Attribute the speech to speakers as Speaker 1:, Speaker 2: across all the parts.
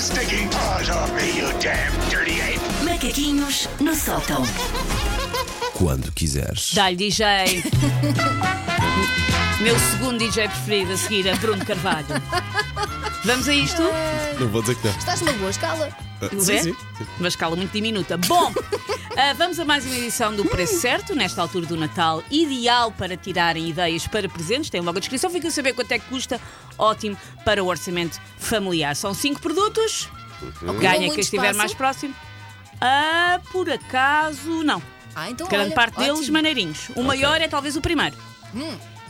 Speaker 1: stinking paws off me, you damn dirty ape!
Speaker 2: Macaquinhos no sótão.
Speaker 3: Quando quiseres.
Speaker 4: Dá-lhe DJ. Meu segundo DJ preferido a seguir a Bruno Carvalho. Vamos a isto?
Speaker 3: Não vou dizer que não. Ah,
Speaker 5: Estás numa boa escala.
Speaker 4: Não
Speaker 3: Sim,
Speaker 4: é?
Speaker 3: sim, sim.
Speaker 4: Uma escala muito diminuta. Bom, ah, vamos a mais uma edição do Preço Certo, nesta altura do Natal. Ideal para tirarem ideias para presentes. Tem logo a descrição. Ficam a saber quanto é que custa. Ótimo para o orçamento familiar. São cinco produtos. Ganha
Speaker 3: Hum.
Speaker 5: muito
Speaker 4: é quem estiver
Speaker 5: espaço.
Speaker 4: mais próximo. Ah, por acaso, não.
Speaker 5: Ah, então
Speaker 4: Grande
Speaker 5: olha,
Speaker 4: parte deles
Speaker 5: ótimo.
Speaker 4: maneirinhos. O maior é talvez o primeiro,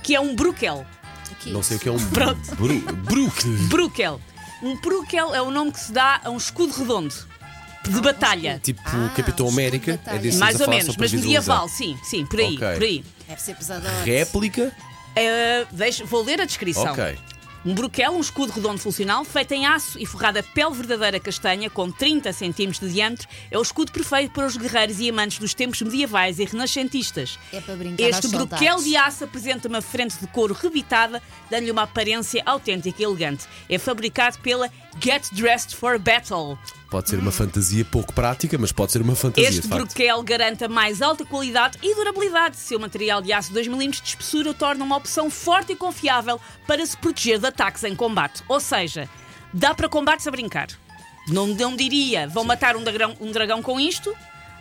Speaker 4: que é um bruquel.
Speaker 5: Aqui.
Speaker 3: Não sei o que é um.
Speaker 4: Pronto.
Speaker 3: Bru... Brook.
Speaker 4: Bruquel. Um bruquel é o nome que se dá a um escudo redondo de batalha.
Speaker 3: Tipo
Speaker 5: Ah,
Speaker 3: Capitão
Speaker 5: um
Speaker 3: América.
Speaker 5: escudo de
Speaker 3: É disso que
Speaker 4: Mais
Speaker 3: estamos a
Speaker 4: ou
Speaker 3: falar,
Speaker 4: menos,
Speaker 3: só para
Speaker 4: mas
Speaker 3: visualizar.
Speaker 4: medieval, sim, sim, por aí,
Speaker 3: Ok.
Speaker 4: por aí.
Speaker 5: Deve ser pesadote.
Speaker 3: Réplica.
Speaker 4: Ah, deixa- vou ler a descrição.
Speaker 3: Ok.
Speaker 4: Um broquel, um escudo redondo funcional, feito em aço e forrado a pele verdadeira castanha, com 30 centímetros de diâmetro, é o escudo perfeito para os guerreiros e amantes dos tempos medievais e renascentistas.
Speaker 5: É para brincar
Speaker 4: Este
Speaker 5: aos
Speaker 4: broquel
Speaker 5: soldados.
Speaker 4: de aço apresenta uma frente de couro rebitada, dando-lhe uma aparência autêntica e elegante. É fabricado pela Get Dressed for Battle.
Speaker 3: Pode ser uma fantasia pouco prática, mas pode ser uma fantasia.
Speaker 4: Este
Speaker 3: de facto.
Speaker 4: broquel garante a mais alta qualidade e durabilidade. Seu material de aço 2 mm de espessura o torna uma opção forte e confiável para se proteger de ataques em combate. Ou seja, dá para combates a brincar. Não, não diria, vão matar um dragão, um dragão com isto,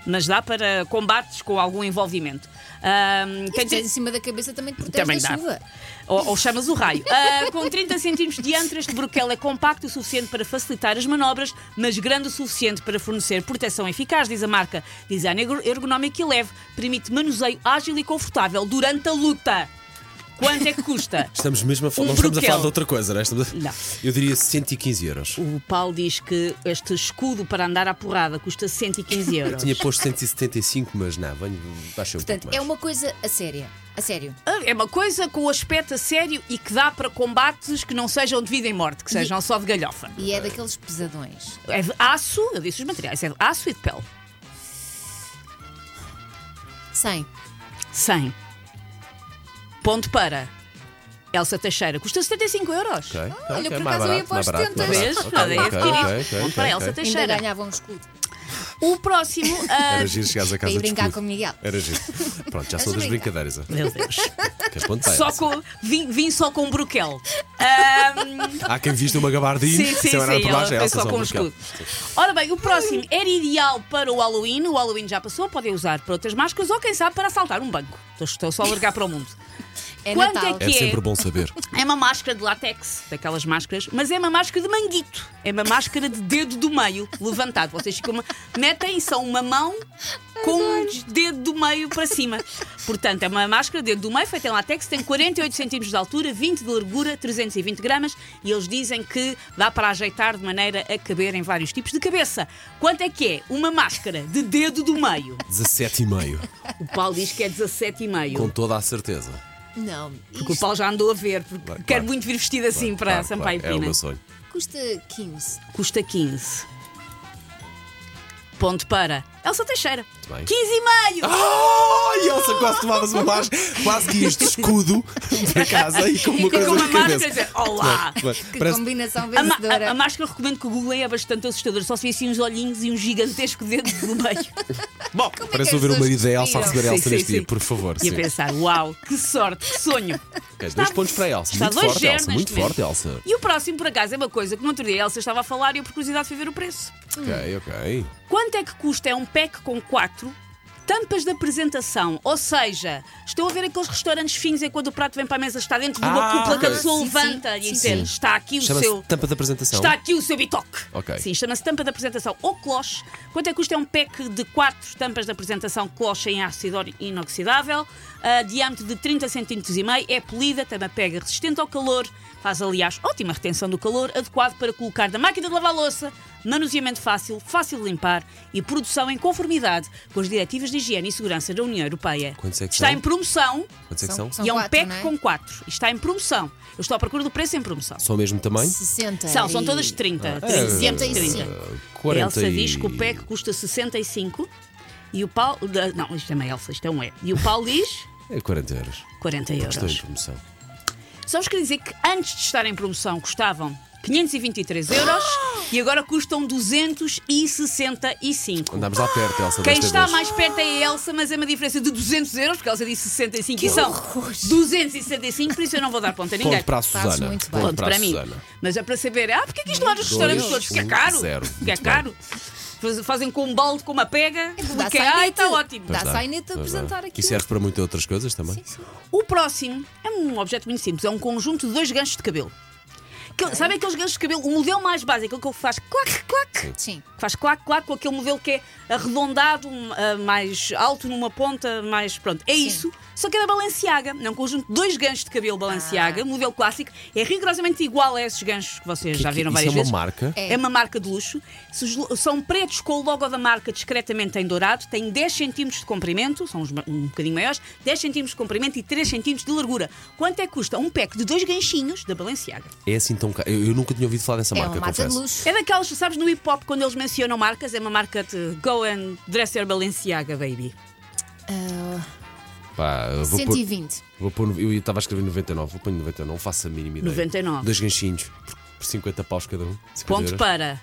Speaker 4: mas dá para combates com algum envolvimento. Ahm,
Speaker 5: Se
Speaker 4: quem tem-
Speaker 5: tiveres em cima da cabeça também te protege da chuva.
Speaker 4: ou, ou chamas o raio. Ah, com 30 centímetros de diâmetro, este broquel é compacto o suficiente para facilitar as manobras, mas grande o suficiente para fornecer proteção eficaz, diz a marca. Design ergo- ergonómico e leve, permite manuseio ágil e confortável durante a luta. Quanto é que custa?
Speaker 3: Estamos mesmo a falar.
Speaker 4: Um
Speaker 3: não estamos a
Speaker 4: broquel.
Speaker 3: falar de outra coisa, não é? Estamos a-
Speaker 4: Não.
Speaker 3: Eu diria 115 euros.
Speaker 4: O Paulo diz que este escudo para andar à porrada custa 115 euros.
Speaker 3: Tinha posto 175, mas não, venho, baixei um
Speaker 5: Portanto,
Speaker 3: pouco
Speaker 5: é
Speaker 3: mais.
Speaker 5: uma coisa a séria. A sério.
Speaker 4: Ah, É uma coisa com aspecto a sério e que dá para combates que não sejam de vida e morte, que sejam só de galhofa.
Speaker 5: E é daqueles pesadões.
Speaker 4: É de aço, eu disse os materiais, é de aço e de pele.
Speaker 5: 100.
Speaker 4: 100. Ponto para Elsa Teixeira. Custa 75 euros.
Speaker 3: Ok, ok,
Speaker 5: olha, por
Speaker 3: mais
Speaker 5: acaso eu
Speaker 3: barato,
Speaker 5: ia para
Speaker 3: mais
Speaker 5: os
Speaker 3: barato,
Speaker 5: 70.
Speaker 3: mais
Speaker 4: Vês?
Speaker 3: barato.
Speaker 5: é
Speaker 4: Podem
Speaker 3: Ok, ok,
Speaker 4: adquirir.
Speaker 3: ok,
Speaker 4: Ponto para
Speaker 3: ok.
Speaker 4: Elsa
Speaker 5: Ainda
Speaker 4: Teixeira.
Speaker 5: ganhava um escudo.
Speaker 4: O próximo. ah,
Speaker 3: Era giro chegares a
Speaker 5: Para
Speaker 3: casa
Speaker 5: ir
Speaker 3: de
Speaker 5: brincar
Speaker 3: escudo.
Speaker 5: com o Miguel.
Speaker 3: Era giro. Pronto, já sou das
Speaker 5: brincar.
Speaker 3: brincadeiras. ah.
Speaker 4: Meu Deus.
Speaker 3: Que apontei.
Speaker 4: Só com, vim, vim só com um broquel. Ah,
Speaker 3: Há quem viste uma gabardina.
Speaker 4: sim, sim,
Speaker 3: sem
Speaker 4: sim.
Speaker 3: olhar para
Speaker 4: Ela
Speaker 3: baixo, é
Speaker 4: foi
Speaker 3: Elsa,
Speaker 4: só com um
Speaker 3: Raquel.
Speaker 4: escudo. Ora bem, o próximo era ideal para o Halloween. O Halloween já passou, podem usar para outras máscaras ou, quem sabe, para assaltar um banco. Estou- Estou só a largar para o mundo.
Speaker 5: É
Speaker 4: Quanto é
Speaker 5: Natal.
Speaker 3: É
Speaker 4: que é?
Speaker 3: sempre bom saber.
Speaker 4: É uma máscara de látex, daquelas máscaras, mas é uma máscara de manguito. É uma máscara de dedo do meio levantado. Vocês ficam uma... metem e são uma mão com um dedo do meio para cima. Portanto, é uma máscara de dedo do meio feita em látex, tem 48 centímetros de altura, 20 de largura, 320 gramas e eles dizem que dá para ajeitar de maneira a caber em vários tipos de cabeça. Quanto é que é uma máscara de dedo do meio?
Speaker 3: 17,5.
Speaker 4: O Paulo diz que é 17,5.
Speaker 3: Com toda a certeza. É.
Speaker 5: Não.
Speaker 4: Porque o
Speaker 5: Isto
Speaker 4: Paulo já andou a ver, porque
Speaker 3: Claro,
Speaker 4: quero
Speaker 3: claro.
Speaker 4: muito vir vestido assim para
Speaker 3: Claro,
Speaker 4: Sampaio
Speaker 3: claro, É o
Speaker 4: Pina.
Speaker 3: meu sonho.
Speaker 5: custa 15.
Speaker 4: Custa 15. Ponto para Elsa Teixeira.
Speaker 3: bem. Ah,
Speaker 4: 15 e meio!
Speaker 3: Ai, Elsa, quase tomavas uma máscara. Quase que este escudo para casa e com uma
Speaker 4: E com
Speaker 3: coisa
Speaker 4: uma
Speaker 3: na
Speaker 4: máscara e
Speaker 3: cabeça.
Speaker 4: dizer, olá!
Speaker 3: Bem, bem,
Speaker 5: Que
Speaker 3: é? parece-
Speaker 5: combinação
Speaker 4: A, ma-
Speaker 5: vencedora.
Speaker 4: a- a máscara recomendo que Google é bastante assustador. Só se vê assim uns olhinhos e um gigantesco dedo no meio.
Speaker 3: Bom,
Speaker 5: Como é
Speaker 3: parece
Speaker 5: que as
Speaker 3: ouvir o
Speaker 5: pessoas
Speaker 3: marido da Elsa a
Speaker 5: respiram?
Speaker 3: receber a
Speaker 4: Sim,
Speaker 3: Elsa
Speaker 4: sim,
Speaker 3: neste
Speaker 4: sim.
Speaker 3: dia, por favor.
Speaker 4: E a
Speaker 3: sim.
Speaker 4: pensar, uau, que sorte, que sonho.
Speaker 3: Ok, dois pontos para a Elsa.
Speaker 4: Está
Speaker 3: Muito
Speaker 4: dois
Speaker 3: forte,
Speaker 4: zero
Speaker 3: Elsa.
Speaker 4: neste
Speaker 3: Muito
Speaker 4: momento.
Speaker 3: forte, Elsa.
Speaker 4: E o próximo, por acaso, é uma coisa que no outro dia a Elsa estava a falar e eu, por curiosidade, fui ver o preço.
Speaker 3: Ok,
Speaker 4: Hum.
Speaker 3: ok.
Speaker 4: Quanto é que custa é um pack com quatro tampas de apresentação? Ou seja, estou a ver aqueles restaurantes fins em quando o prato vem para a mesa, está dentro de uma
Speaker 3: Ah,
Speaker 4: cúpula que a
Speaker 3: ok.
Speaker 4: pessoa
Speaker 5: Sim,
Speaker 4: levanta
Speaker 5: sim,
Speaker 4: e
Speaker 5: sim,
Speaker 4: dizer,
Speaker 3: sim.
Speaker 4: está aqui o
Speaker 3: Chama-se
Speaker 4: seu.
Speaker 3: tampa de apresentação.
Speaker 4: Está aqui o seu bitoque.
Speaker 3: Então? Ok.
Speaker 4: Sim, chama-se tampa de apresentação ou cloche. Quanto é que custa um pack de quatro tampas de apresentação cloche em ácido inoxidável? Ah, diâmetro de 30 centímetros e meio, é polida, tem uma pega resistente ao calor, faz, aliás, ótima retenção do calor, adequado para colocar na máquina de lavar louça, manuseamento fácil, fácil de limpar e produção em conformidade com as diretivas de higiene e segurança da União Europeia.
Speaker 3: Quantos é que
Speaker 4: Está
Speaker 3: são?
Speaker 4: em promoção
Speaker 3: Quantos é que são?
Speaker 5: São-
Speaker 4: e é um
Speaker 5: quatro,
Speaker 4: pack
Speaker 5: não é?
Speaker 4: com quatro. Está em promoção. Eu estou à procura do preço em promoção.
Speaker 3: São o mesmo tamanho?
Speaker 5: 60.
Speaker 4: São, são
Speaker 5: e-
Speaker 4: todas 30.
Speaker 3: Ah,
Speaker 4: 30
Speaker 3: é,
Speaker 4: sempre 30.
Speaker 3: 40
Speaker 4: Elsa
Speaker 3: e-
Speaker 4: diz que o PEC custa 65 e o Paulo. Não, isto é uma Elsa, isto é um E. E o Paulo diz
Speaker 3: É 40 euros.
Speaker 4: 40
Speaker 3: Estou em
Speaker 4: euros.
Speaker 3: promoção.
Speaker 4: Só vos queria dizer que antes de estar em promoção custavam 523 euros e agora custam 265.
Speaker 3: Andámos lá perto, Elsa.
Speaker 4: Quem
Speaker 3: desta
Speaker 4: está
Speaker 3: vez.
Speaker 4: mais perto é a Elsa, mas é uma diferença de 200 euros, porque a Elsa disse 65 e são
Speaker 5: horror.
Speaker 4: 265, por isso eu não vou dar ponto a ninguém.
Speaker 3: Ponto para a
Speaker 5: Fazes
Speaker 3: Susana.
Speaker 5: muito bem.
Speaker 3: Ponto
Speaker 4: Ponto
Speaker 3: para, a
Speaker 4: para mim.
Speaker 3: Susana.
Speaker 4: Mas é para saber, ah, porque é que isto lá nos restaurantes
Speaker 3: dois,
Speaker 4: todos? Porque é
Speaker 3: um,
Speaker 4: caro.
Speaker 3: zero.
Speaker 4: Porque é
Speaker 3: Muito bem.
Speaker 4: caro. Faz- Fazem com um balde, com uma pega.
Speaker 5: Dá
Speaker 4: Porque, ai, está ótimo.
Speaker 5: Dá
Speaker 3: Pois
Speaker 5: a Sainete a
Speaker 3: pois
Speaker 5: apresentar aqui.
Speaker 3: E serve para muitas outras coisas também.
Speaker 5: Sim, sim.
Speaker 4: O próximo é um objeto muito simples, é um conjunto de dois ganchos de cabelo.
Speaker 3: É.
Speaker 4: Aquele- Sabem aqueles ganchos de cabelo? O modelo mais básico, aquele que faz clac, clac.
Speaker 5: Sim.
Speaker 4: Que Faz clac, clac, com aquele modelo que é arredondado, um, ah, mais alto numa ponta, mais. Pronto, é isso. Só que é da Balenciaga. É um conjunto de dois ganchos de cabelo Balenciaga, modelo clássico. É rigorosamente igual a esses ganchos que vocês já
Speaker 3: Que-
Speaker 4: viram
Speaker 3: Isso
Speaker 4: várias
Speaker 3: é uma
Speaker 4: vezes.
Speaker 3: marca.
Speaker 5: É.
Speaker 4: É. uma marca de luxo. Se os lo- São pretos com o logo da marca discretamente em dourado, têm 10 centímetros de comprimento, são uns ma- um bocadinho maiores, 10 centímetros de comprimento e 3 centímetros de largura. Quanto é que custa um pack de dois ganchinhos da Balenciaga?
Speaker 3: É assim tão caro. Eu, eu nunca tinha ouvido falar dessa
Speaker 5: É
Speaker 3: marca,
Speaker 5: uma marca de
Speaker 3: confesso.
Speaker 5: luxo.
Speaker 4: É daquelas, sabes, no hip hop, quando eles mencionam marcas, é uma marca de Go and Dresser Balenciaga, baby.
Speaker 5: Ah,
Speaker 3: Pá, eu vou pôr-
Speaker 5: 120.
Speaker 3: vou pôr no- eu estava a escrever 99, vou pôr 99, não faço a mínima ideia.
Speaker 4: 99.
Speaker 3: Dois ganchinhos por- por 50 paus cada um. 50
Speaker 4: Ponto
Speaker 3: euros.
Speaker 4: para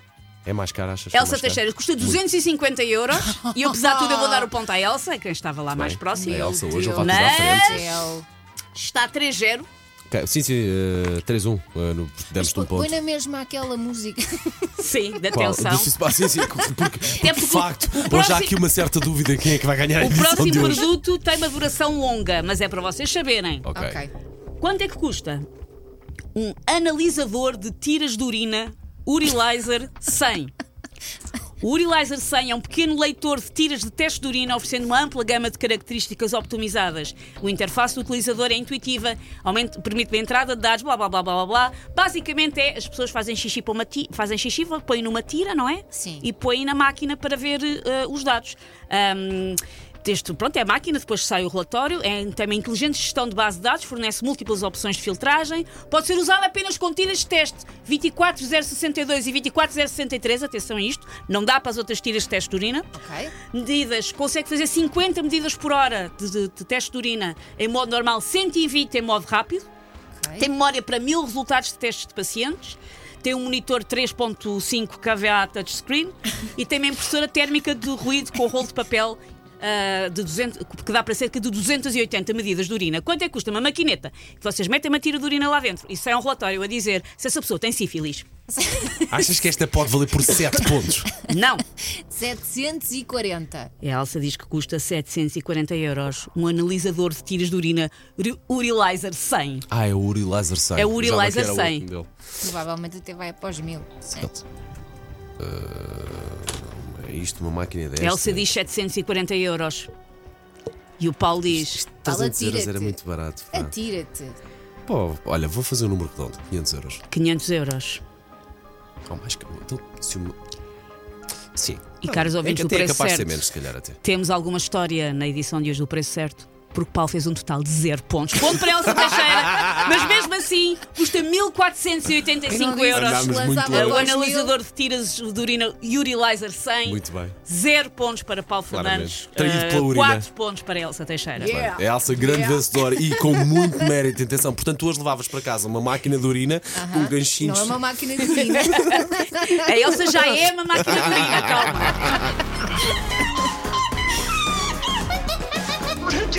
Speaker 3: É mais caro, achas? que é
Speaker 4: Elsa
Speaker 3: mais caro?
Speaker 4: Teixeira. Custa 250 euros e, apesar de tudo, eu vou dar o ponto à Elsa, é quem estava lá mais
Speaker 3: Bem,
Speaker 4: próximo.
Speaker 3: A Elsa hoje
Speaker 5: Deus.
Speaker 3: vai tudo à frente.
Speaker 5: Gel.
Speaker 4: Está 3-0.
Speaker 3: Ok, Sim, sim, eh, 3-1. eh, no- Demos-te um
Speaker 5: Põe põe
Speaker 3: ponto.
Speaker 5: na mesma aquela música.
Speaker 4: Sim, da
Speaker 3: Qual?
Speaker 4: tensão.
Speaker 3: Disse- pá, Sim, sim, porque, porque, de
Speaker 4: porque o-
Speaker 3: facto,
Speaker 4: o
Speaker 3: hoje há
Speaker 4: próximo-
Speaker 3: aqui uma certa dúvida quem é que vai ganhar a
Speaker 4: O
Speaker 3: edição
Speaker 4: próximo
Speaker 3: de hoje.
Speaker 4: produto tem uma duração longa, mas é para vocês saberem.
Speaker 3: Ok.
Speaker 5: Ok.
Speaker 4: Quanto é que custa? Um analisador de tiras de urina Urilizer 100. O Urilizer 100 é um pequeno leitor de tiras de teste de urina oferecendo uma ampla gama de características optimizadas. O interface do utilizador é intuitiva, aumenta- permite a entrada de dados, blá blá blá blá blá blá. Basicamente é, as pessoas fazem xixi, para uma ti- fazem xixi, põem numa tira, não é?
Speaker 5: Sim.
Speaker 4: E põem na máquina para ver eh, os dados. Ahm, texto, pronto, é a máquina, depois sai o relatório, é, tem uma inteligente gestão de base de dados, fornece múltiplas opções de filtragem, pode ser usado apenas com tiras de teste 24062 e 24063, atenção a isto, não dá para as outras tiras de teste de urina.
Speaker 5: Ok.
Speaker 4: Medidas, consegue fazer 50 medidas por hora de, de- de teste de urina em modo normal, 120 em modo rápido.
Speaker 5: ok.
Speaker 4: Tem memória para mil resultados de testes de pacientes. Tem um monitor 3.5 KVA touchscreen e tem uma impressora térmica de ruído com rolo de papel ah, de 200, que dá para cerca de 280 medidas de urina. Quanto é que custa uma maquineta que vocês metem uma tira de urina lá dentro e sai um relatório a dizer se essa pessoa tem sífilis?
Speaker 3: Achas que esta pode valer por 7 pontos?
Speaker 4: Não!
Speaker 5: 740.
Speaker 4: A Elsa diz que custa 740 euros um analisador de tiras de urina Uri- Urilizer 100.
Speaker 3: Ah, é o Uri Laser 100.
Speaker 4: É o Uri
Speaker 3: Já vai
Speaker 4: Laser
Speaker 3: ter a outra
Speaker 4: 100.
Speaker 3: modelo.
Speaker 5: Provavelmente até vai após mil.
Speaker 3: É isto, uma máquina desta.
Speaker 4: A Elsa diz 740 euros. E o Paulo diz.
Speaker 3: 300 euros era
Speaker 5: Atira-te.
Speaker 3: muito barato.
Speaker 5: É
Speaker 3: pá.
Speaker 5: tipo- Atira-te.
Speaker 3: Pô, olha, vou fazer um número redondo: 500 euros.
Speaker 4: 500 euros.
Speaker 3: Ou mais que. Então, se uma... Sim.
Speaker 4: E caros ouvintes,
Speaker 3: é,
Speaker 4: o
Speaker 3: até é
Speaker 4: preço
Speaker 3: capaz de ser
Speaker 4: certo.
Speaker 3: menos, se calhar, até.
Speaker 4: Temos alguma história na edição de hoje do Preço Certo? Porque Paulo fez um total de zero pontos. Ponto para Elsa Teixeira. Mas mesmo assim, custa 1485 euros.
Speaker 3: Andámos muito longe.
Speaker 5: Lançava
Speaker 4: O
Speaker 5: após mil.
Speaker 4: analisador de tiras de urina Urilizer 100.
Speaker 3: Muito bem.
Speaker 4: Zero pontos para Paulo
Speaker 3: Claramente.
Speaker 4: Fernandes.
Speaker 3: Traído pela urina.
Speaker 4: 4 pontos para Elsa Teixeira.
Speaker 5: Yeah.
Speaker 3: É Elsa, grande vencedora e com muito mérito e atenção. Portanto, hoje levavas para casa uma máquina de urina com ganchinhos.
Speaker 5: Não é uma máquina de né? urina.
Speaker 4: A Elsa já é uma máquina de urina, calma.
Speaker 1: Take